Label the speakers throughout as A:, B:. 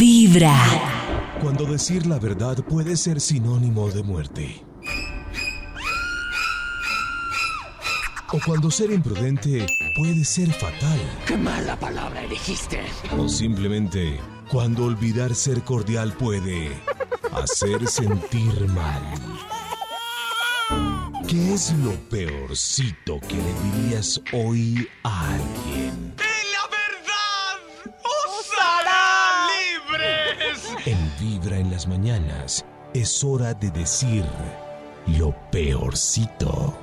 A: Vibra.
B: Cuando decir la verdad puede ser sinónimo de muerte. O cuando ser imprudente puede ser fatal.
C: ¡Qué mala palabra dijiste!
B: O simplemente cuando olvidar ser cordial puede hacer sentir mal. ¿Qué es lo peorcito que le dirías hoy a alguien?
D: la verdad os hará libres.
B: En Vibra en las mañanas es hora de decir lo peorcito.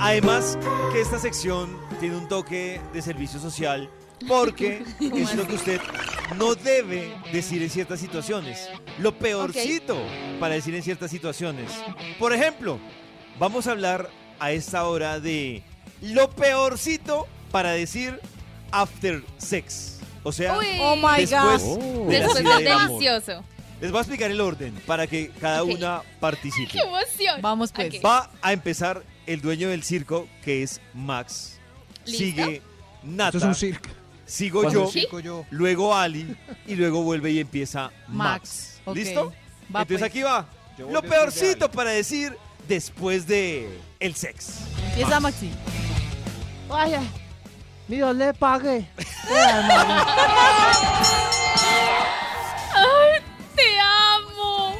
E: Además que esta sección tiene un toque de servicio social porque es lo que usted no debe decir en ciertas situaciones. Lo peorcito para decir en ciertas situaciones. Por ejemplo, vamos a hablar a esta hora de lo peorcito para decir after sex. O sea,
F: Uy.
G: Oh my
E: después,
G: God.
E: de la
F: Después
E: cita
F: del
E: del amor.
F: delicioso.
E: Les voy a explicar el orden para que cada
F: Ok.
E: una participe.
F: ¡Qué emoción!
G: Vamos pues.
F: Ok.
E: Va a empezar el dueño del circo, que es Max.
F: ¿Listo?
E: Sigue Nata.
H: Esto es un circo.
E: Sigo yo,
F: ¿Sí?
H: Circo yo.
E: luego Ali, y luego vuelve y empieza Max.
G: Max. ok.
E: ¿Listo?
G: Va,
E: Entonces
G: pues.
E: aquí va.
H: Yo
E: Lo
H: vuelvo después de
E: peorcito
H: Ali.
E: para decir después de el sex.
G: Empieza Maxi.
I: Vaya, mi Dios le pague.
F: ¡Te amo!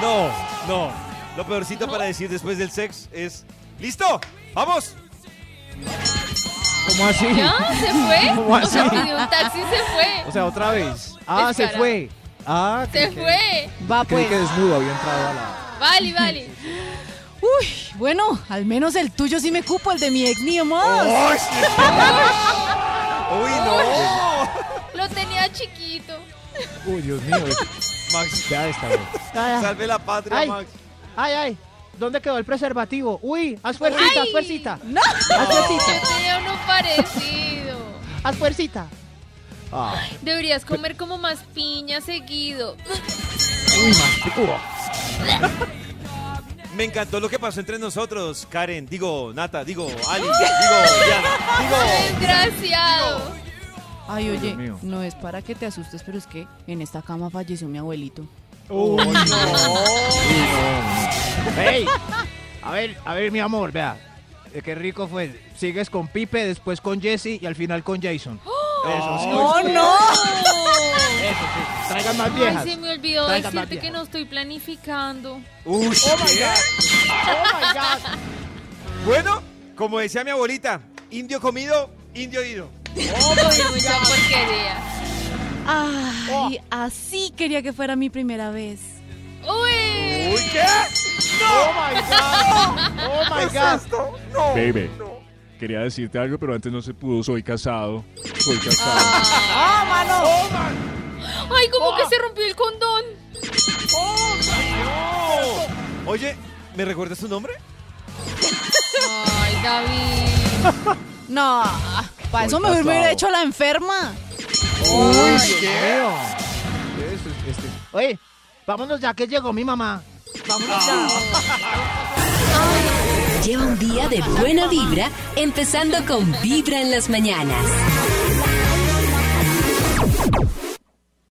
E: No, no. Lo peorcito para decir después del sex es ¿Listo? ¡Vamos!
H: ¿Cómo así?
F: ¿Ya? ¿Se fue?
H: ¿Cómo
F: O sea,
H: así?
F: pidió un taxi y se fue.
H: O sea, otra vez. Ah, se
F: Descarado.
H: fue. Ah,
F: ¡Se
H: creí que-
F: fue!
G: Va
H: Creí que
G: pues.
H: desnudo había entrado a la.
F: Vale, vale.
G: Uy, bueno, al menos el tuyo sí me cupo, el de mi ex ni más.
E: ¡Uy, ¡Uy, no!
F: Lo tenía chiquito.
H: Uy, Dios mío.
E: Max,
H: Ya está bien.
I: Ay,
E: salve la patria,
I: Ay.
E: Max.
I: ay, ay. ¿Dónde quedó el preservativo? Uy, haz fuercita, haz
F: Ay.
I: fuercita.
G: No.
I: Haz fuercita,
F: Yo tenía uno parecido.
I: haz fuercita.
H: Ah,
F: Deberías comer como más piña seguido.
H: uy, Max. Uh,
E: Me encantó lo que pasó entre nosotros, Karen. Digo, Nata, digo, Ali, digo, Diana, digo.
F: Desgraciado.
G: Ay, oye,
H: Dios mío.
G: no es para que te asustes, pero es que en esta cama falleció mi abuelito.
H: uy,
E: No.
H: Hey,
I: A ver, a ver, mi amor, vea.
H: eh, qué rico fue. Sigues con Pipe, después con Jesse y al final con Jason. Eso sí.
G: ¡Oh, no!
H: Eso sí. Traigan más
F: Ay,
H: viejas.
F: se me olvidó
H: Traigan más
F: decirte que
H: viejas.
F: no estoy planificando.
E: Uy,
I: Oh my God. Oh my God.
E: Bueno, como decía mi abuelita, indio comido, indio oído.
F: Mucha porquería.
G: Ay, así quería que fuera mi primera vez.
F: Uy.
E: Uy, ¿qué?
I: Oh my God. Oh
E: Pues
I: my God.
J: Baby, quería decirte algo, pero antes no se pudo. Soy casado. Soy casado.
F: Ay, como
H: Oh.
F: que se rompió el condón.
E: No. Oye, ¿me recuerdas tu nombre?
F: Ay, David.
G: No, para eso me
J: casado.
G: hubiera hecho la enferma.
H: Uy, qué mío.
I: Oye, vámonos ya que llegó mi mamá.
G: Vámonos ya.
A: Lleva un día de buena vibra, empezando con Vibra en las mañanas.